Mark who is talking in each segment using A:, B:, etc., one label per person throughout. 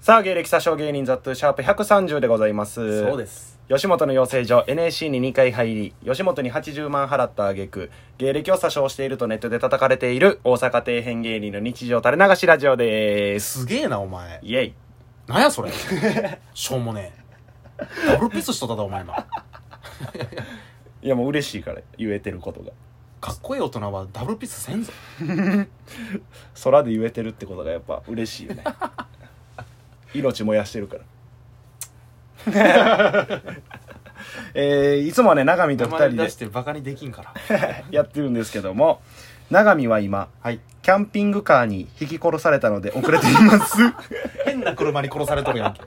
A: さあ、芸歴詐称芸人ザットゥシャープ130でございます。
B: そうです。
A: 吉本の養成所 NSC に2回入り、吉本に80万払った挙句、芸歴を詐称しているとネットで叩かれている大阪底辺芸人の日常垂れ流しラジオです。
B: すげえな、お前。
A: イェイ。
B: なんやそ れ。しょうもねえ。ダブルピースしとっただ、お前今。
A: いや、もう嬉しいから、言えてることが。
B: かっこいい大人はダブルピースせんぞ。
A: 空で言えてるってことがやっぱ嬉しいよ ね。命燃やしてるから。 えーいつもはね、長見と
B: 名
A: 二
B: 前
A: 人
B: 出し
A: で
B: てバカにできんから。
A: やってるんですけども、長見は今、
B: はい。
A: キャンピングカーに引き殺されたので遅れています。
B: 変な車に殺されとる やんけ。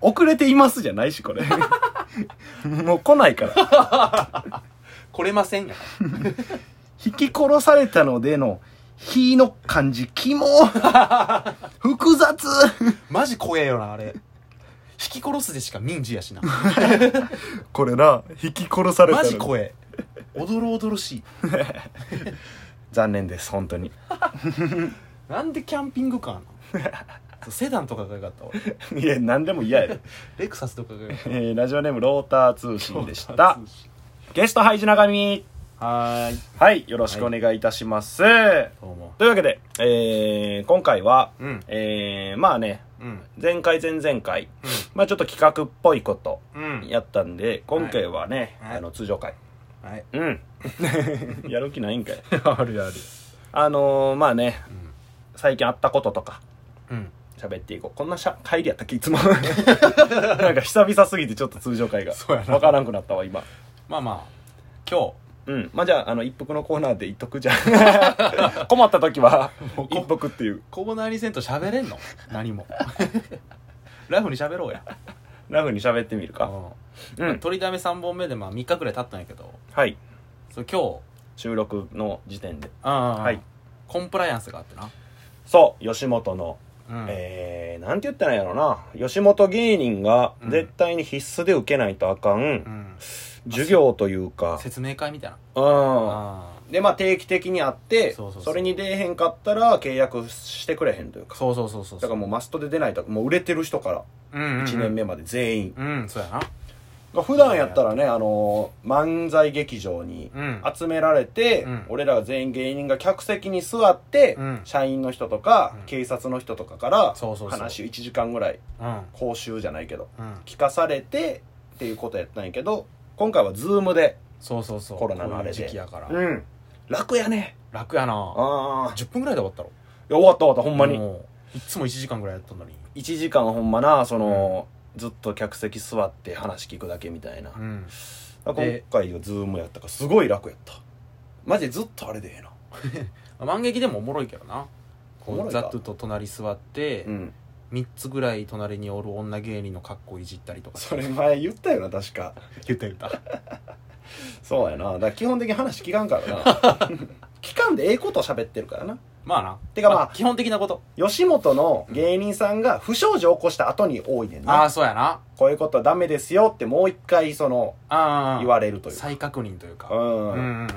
A: 遅れていますじゃないし、これ。 もう来ないから。
B: 来れませんや。
A: 引き殺されたのでの、火の感じ、キモ 複雑
B: マジ怖えよな、あれ。引き殺すでしか民事や しな。
A: これな、引き殺さ
B: マ
A: の
B: ジ怖え。おどろおどろしい。
A: 残念です、本当に。
B: なんでキャンピングカーな のセダンとかがよかったわ。
A: いや、何でも嫌やで。
B: レクサスとかがよかっ
A: えーラジオネーム、ローター通信
B: た。
A: でした。ゲスト、ハイジナガミ
B: はーい。
A: はい、よろしくお願いいたします。
B: どうも。
A: というわけで、えー今回は、
B: うん。
A: えーまあね、
B: うん。
A: 前回前々回、まあちょっと企画っぽいこと
B: うん。
A: やったんで、今回はね、
B: はい
A: あの、通常会。
B: はい。
A: うん。やる気ないんかい。
B: あるある。
A: あのー、まあね、最近あったこととか、
B: うん。
A: 喋っていこう。こんなしゃ、帰りやったっけい つも。なんか久々すぎてちょっと通常会が。
B: そうやな
A: わからんくなったわ、今。
B: まあまあ、今
A: うん。まあじゃあ、あの、一服のコーナーで言っとくじゃ ん。困った時は
B: もう、こ
A: 一服っていう。
B: 日、コーナーにせんと喋れんの何も。 ラフに喋ろうや。
A: ラフに喋ってみるか。
B: う。
A: うんん。
B: 取りだめ3本目でまあ3日くらい経ったんやけど、
A: はい。
B: そう今
A: 収録の時点で。。
B: 日、はいコンプライアンスがあってな。
A: そう、吉本の
B: うん。
A: えー、なんて言ったらいいんやろな。吉本芸人が
B: うん
A: 絶対に必須で受けないとあかん、
B: うん。
A: 授業というか、
B: 説明会みたいな。
A: う
B: あ
A: ん。で、まあ定期的にあって、
B: そうそうそう
A: れに出えへんかったら契約してくれへんという
B: あ。
A: か。
B: そうそうそうそう。
A: だからもうマストで出ないと、もう売れてる人から
B: うんうんうん
A: 1年目まで全員。
B: うん、そうやな。
A: 普段やったらね、あのー漫才劇場に
B: うん。
A: 集められて、
B: うん
A: 俺らが全員芸人が客席に座って、
B: うん
A: 社員の人とか、
B: うん
A: 警察の人とかから、
B: そうそうそう。
A: 話を1時間ぐらい、
B: うん。
A: 講習じゃないけど、
B: うん。
A: 聞かされてっていうことやったんやけど今回はズームで
B: そうそうそう。
A: コロナのあれで
B: こういう時期やから。
A: ん楽やね
B: 楽やな。
A: ああ
B: 10分くらいで終わったろ。
A: いや終わった終わったほんまに、
B: もういつも1時間ぐらいやったのに。
A: 1時間ほんまなその、ずっと客席座って話聞くだけみたいな、
B: うん。
A: 今
B: で
A: 回はズームやったからすごい楽やったマジでずっとあれでええな
B: 万劇でもおもろいけどなこ
A: おもろ
B: う
A: いか
B: ザッとと隣座って、
A: うん
B: 3つぐらい隣におる女芸人の格好いじったりとか
A: それ前言ったよな確か
B: 言った言った
A: そうやなだから基本的に話聞かんから な聞かんでええこと喋ってるからな
B: まあな
A: てかまあ
B: 基本的なこと
A: 吉本の芸人さんが不祥事を起こした後に多いねん
B: あ
A: な
B: あそうやな
A: こういうことはダメですよってもう一回その
B: ああ
A: 言われるというか
B: 再確認というか
A: う
B: うん
A: ん、
B: うんうんうん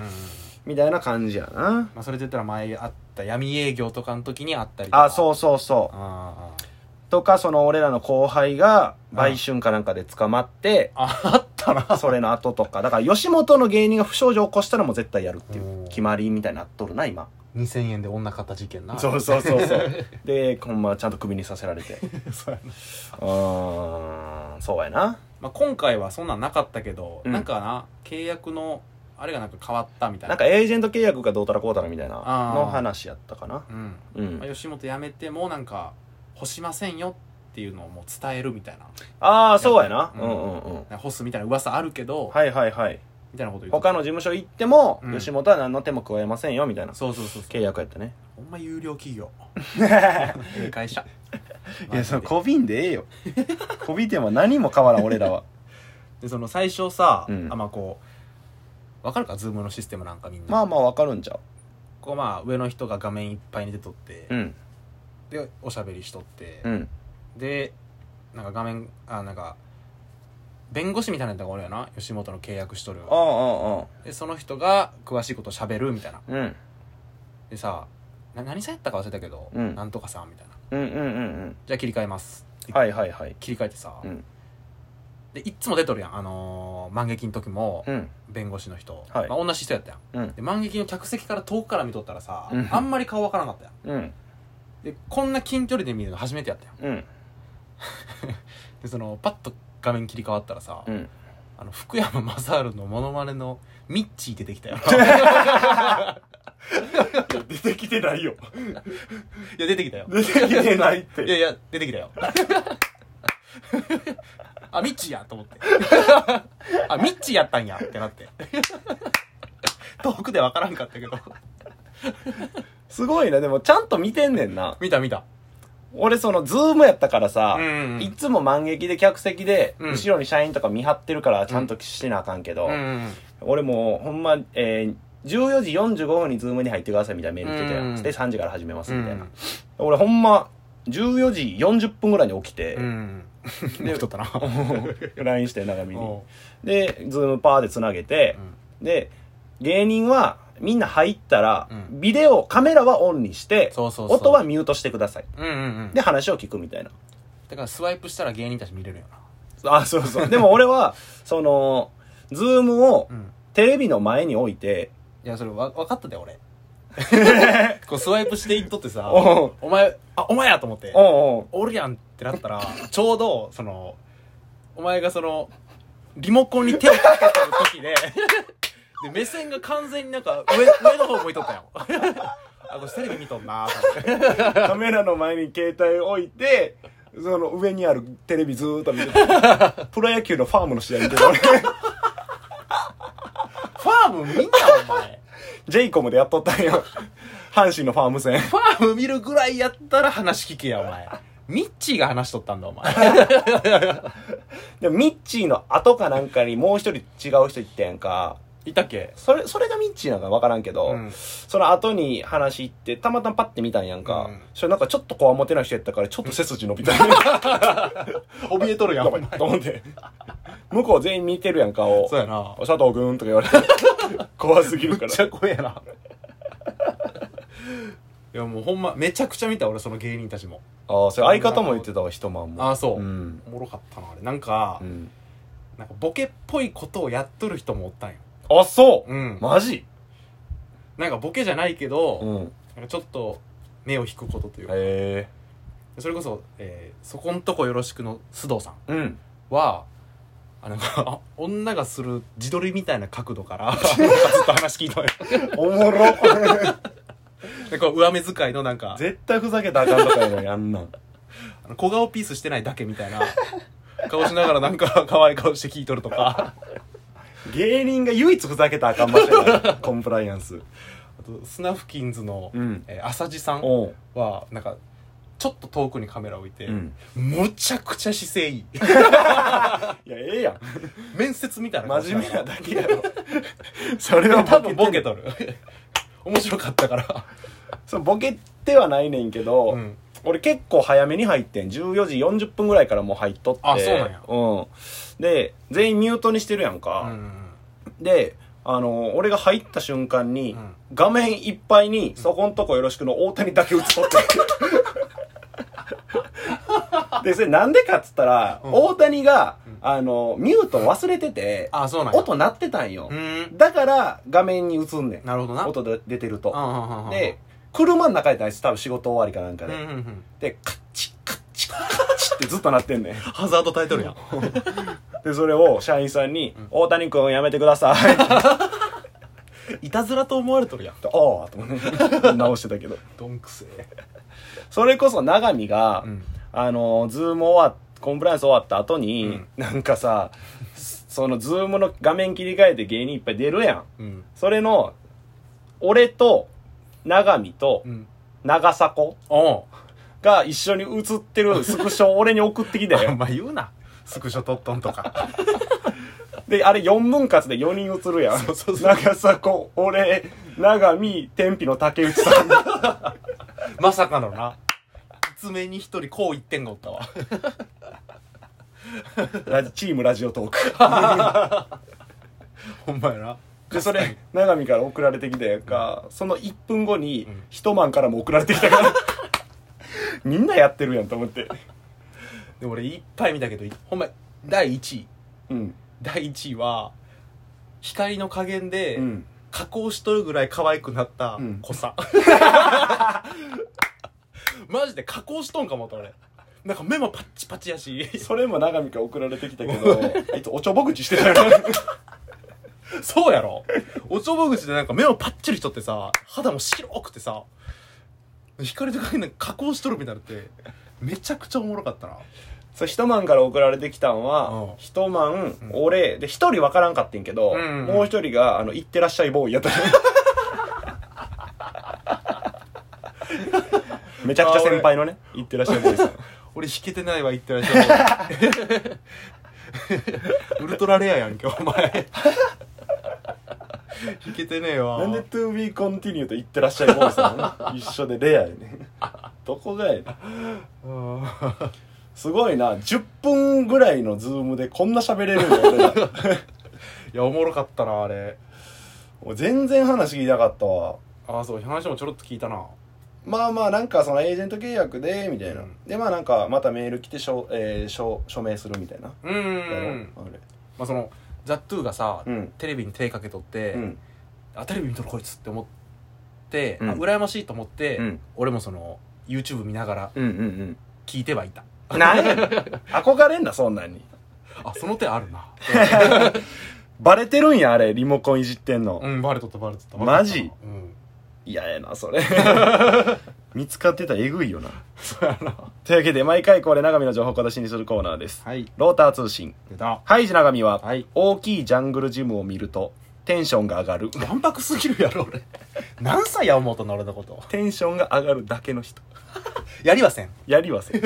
A: みたいな感じやな
B: まあ、それで言ったら前あった闇営業とかの時にあったりとか
A: あそううそうそう
B: あー
A: とかその俺らの後輩が売春かなんかで捕まって
B: あーあったな
A: それの後とかだから吉本の芸人が不祥事を起こしたらもう絶対やるっていう
B: おー
A: 決まりみたいになっとるな今
B: 2000円で女買った事件な
A: そうそうそうそうでほんまちゃんとクビにさせられて
B: そうやな、
A: うーんそうやな
B: まあ、今回はそんなんなかったけど、
A: うん
B: なんかな契約のあれがなんか変わったみた
A: な
B: いなん
A: かエージェント契約がどうたらこうたらみたいな
B: あー
A: の話やったかな
B: うん
A: うん
B: まあ、吉本辞めてもなんか干しませんよっていうのをもう伝えるみたいな
A: ああそうやなう
B: うん
A: んうんうん
B: なんか干すみたいな噂あるけど、
A: はいはいはい
B: みたいなこと言って
A: 他の事務所行っても、
B: うん
A: 吉本は何の手も加えませんよみたいな
B: そうそうそうそう
A: 契約やったね
B: ほんま有料企業 ええ会社
A: いやその
B: マジで
A: こびんでええよ こびても何も変わらん俺らは
B: でその最初さ、
A: うん
B: あまあこうわかるかズームのシステムなんかみんな、
A: まあまあわかるんちゃ
B: こうまあ上の人が画面いっぱいに出とって、
A: ううん
B: でおしゃべりしとって
A: う、ん
B: でなんか画面あなんか弁護士みたいな人がおるよな吉本の契約しとる
A: ああああ
B: でその人が詳しいことしゃべるみたいな
A: うん
B: でさな何さんやったか忘れたけど、
A: うん
B: なんとかさんみたいな
A: うんうんうん
B: じゃあ切り替えます
A: うんはいはいはい
B: 切り替えてさ、
A: うん
B: でいっつも出とるやんあのー、万劇の時も
A: うん
B: 弁護士の人、
A: はい
B: まあ、同じ人やったやん
A: うん
B: で万劇の客席から遠くから見とったらさ、
A: うん
B: あんまり顔わからなかったや
A: う
B: ん
A: ん
B: でこんな近距離で見るの初めてやったやん
A: うん
B: でそのパッと画面切り替わったらさ、
A: うん
B: あの福山雅治のモノマネのミッチー出 てきたよ
A: 出てきてないよ
B: いや出てきたよ
A: 出てきてないっ
B: いや
A: て
B: いや出てきたよあミッチーやと思ってあミッチーやったんやってなって遠くで分からんかったけど
A: すごいなでもちゃんと見てんねんな
B: 見た見た
A: 俺そのズームやったからさ、
B: うんうんうん
A: いつも満劇で客席で、
B: うん
A: 後ろに社員とか見張ってるからちゃんとしなあかんけど、
B: うん
A: 俺もうほんま、えー14時45分にズームに入ってくださいみたいなメール来てたやん、
B: うん
A: で3時から始めます
B: う
A: みたいな、
B: ん
A: 俺ほんま14時40分ぐらいに起きて、
B: うん
A: で
B: 太ったな
A: LINE して長見に
B: おう
A: でズームパーでつなげて、で芸人はみんな入ったら、
B: うん
A: ビデオカメラはオンにして
B: そうそうそう
A: 音はミュートしてください
B: うんうんうん
A: で話を聞くみたいな
B: だからスワイプしたら芸人たち見れるよな
A: あそうそうでも俺はそのズームを
B: うん
A: テレビの前に置いて
B: いやそれわ分かったで 俺こうスワイプしていっとってさ
A: おう
B: お前あお前やと思って
A: おう
B: おるやんってなったら、ちょうど、その、お前がその、リモコンに手をかけてる時で、で、目線が完全になんか上、上の方向いとったよ。 あ、これテレビ見とんなと思って。
A: おう カメラの前に携帯を置いてその上にあるテレビずーっと 見てプロ野球のファームの試合見てる俺
B: ファーム見んなお前。
A: ジェイコムでやっとったんよ阪神のファーム戦
B: ファーム見るぐらいやったら話聞けや、お前。ミッチーが話しとったんだ、お前。
A: でもミッチーの後かなんかにもう一人違う人いったやんか
B: いたっけ
A: それそれがミッチーなんか分からんけど、
B: うん
A: その後に話行ってたまたまパッて見たんやんか、
B: うん
A: それなんかちょっとこわもてな人やったからちょっと背筋伸びた
B: 怯えとるやん、
A: や
B: お
A: ばい
B: 前。
A: と思って向こう全員見てるやん顔
B: そうやな。
A: 佐藤君とか言われて怖すぎるか
B: めっ
A: ら
B: ちゃ怖えな。いや、もうほんま、めちゃくちゃ見た、俺、その芸人たちも。
A: ああそれ相方も言ってたわ一晩も
B: あそう
A: うん、
B: おもろかったなあれなんか、
A: うん
B: なんかボケっぽいことをやっとる人もおったんよ
A: あそう、
B: うん
A: マジ
B: なんかボケじゃないけど、
A: うん
B: なんかちょっと目を引くことというか、
A: へえ
B: それこそ、えーそこんとこよろしく」の須藤さ
A: う
B: ん
A: ん
B: はあのあ女がする自撮りみたいな角度から なんかずっと話聞いたのよ
A: おもろ
B: でこう上目遣いのなんか
A: 絶対ふざけたらあかんとかやのにあんなん
B: あの小顔ピースしてないだけみたいな顔しながらなんか 可愛い顔して聞いとると か
A: 芸人が唯一ふざけたらあかん場所や からコンプライアンス
B: あとスナフキンズの、
A: うん
B: えー浅地さん
A: おう
B: はなんかちょっと遠くにカメラ置いて、
A: うん
B: むちゃくちゃ姿勢いい
A: いやええやん
B: 面接みたいな
A: 真面目な
B: だ
A: だけや ろそれは
B: 多
A: ボケ
B: 分
A: ボ
B: ボ
A: ケ
B: ケ
A: と
B: とる 面白かったから
A: そうボケてはないねんけど、
B: うん
A: 俺結構早めに入ってん14時40分ぐらいからもう入っとって
B: あそうなんや
A: うんで全員ミュートにしてるやん
B: う
A: か、
B: ん
A: であの俺が入った瞬間に、
B: うん
A: 画面いっぱいに「そこんとこよろしく」の大谷だけ映っ とってでそれなんでかっつったら、
B: うん
A: 大谷が、
B: うん
A: あのミュート忘れてて、
B: あそうなんや
A: 音鳴ってたんよ、
B: うん
A: だから画面に映んねん
B: なるほどな
A: 音で出てる
B: うん
A: と。
B: うんうんうん
A: で、車の中やったんです。多分仕事終わりかなんか
B: うんう
A: で。
B: んうん
A: で、カッチカッチカッチってずっと鳴ってんねん。
B: ハザードタイトルやん
A: で、それを社員さんに
B: うん、
A: 大谷君やめてください。あ
B: いたずらと思われとるやん
A: あ、と思って直してたけど。
B: どんくせえ
A: それこそ長見が、
B: うん
A: あの、ズーム終わっコンプライアンス終わった後に、
B: うん
A: なんかさ、そのズームの画面切り替えて芸人いっぱい出るやん。
B: うん
A: それの、俺と、長見と
B: う、ん
A: 長迫
B: おう
A: が一緒に写ってるスクショを俺に送ってき た
B: お
A: よ。
B: 前言うなスクショ撮っとんとか
A: で、あれ4分割で4人写るやん。
B: そうそうそう
A: 長迫、俺、長見、天日の竹内さん。
B: まさかのな爪に一人こう言ってんがおったわ
A: ラジチームラジオトーク。
B: ほんまやな
A: で、それ、長見から送られてきたやんか。その1分後に
B: うん、
A: 一晩からも送られてきたから。 みんなやってるやんと思って
B: でも俺いっぱい見たけどほんま第1位
A: うん
B: 第1位は光の加減で
A: うん
B: 加工しとるぐらい可愛くなった
A: うん
B: 濃さ、 マジで加工しとんかもと俺なんか目もパッチパチやし
A: それも永見から送られてきたけどあいつおちょぼ口してたよな
B: そうやろおちょぼ口でなんか目をパッチリしとってさ、肌も白くてさ、光と影なんか加工しとるみたいになって、めちゃくちゃおもろかったな。
A: そう一晩から送られてきたん
B: うん
A: は一晩俺で一人分からんかってんけど、
B: うん
A: もう一人があの「行ってらっしゃいボー イ」やっためちゃくちゃ先輩のね「行ってらっしゃいボーイ」さん
B: 俺弾けてないわ言ってらっしゃ る。ウルトラレアやんけ、お前。 弾けてねえわ。
A: なんで「To be continued」と「行ってらっしゃいボーイ」 さん一緒でレアやねんどこがやねん
B: うん
A: すごいな10分ぐらいのズームでこんな喋れるんだ俺ら
B: いや、おもろかったな、あれ。
A: もう全然話聞いたかったわ
B: ああ、そう、話もちょろっと聞いたな。
A: まあまあなんかそのエージェント契約でみたいな、
B: うん
A: でまあなんかまたメール来てしょ、えー、しょ署名するみたいな、
B: うーん。
A: あれ
B: まあ、その、ザ・トゥがさ、
A: うん
B: テレビに手かけとって、
A: うん
B: あテレビ見とるこいつって思って、
A: うん
B: あ羨ましいと思って、
A: うん
B: 俺もその YouTube 見ながら
A: うんうん
B: 聞いてはいた
A: うんなんやねん憧れんなそんなんに
B: あその手あ るな
A: バレてるんやあれリモコンいじってんの
B: うんバレとったバレとった
A: マジ
B: バレとったうん
A: 嫌、やなそれ 見つかってたらえぐいよな
B: そうやな
A: というわけで毎回これ長見の情報小出しにするコーナーです、
B: はい
A: ローター通信
B: 出た
A: ハイジ長見は、
B: はい
A: 大きいジャングルジムを見るとテンションが上がる
B: わんぱくすぎるやろ俺何歳や思うとんの俺のこと
A: テンションが上がるだけの人
B: やりはせん
A: やりはせん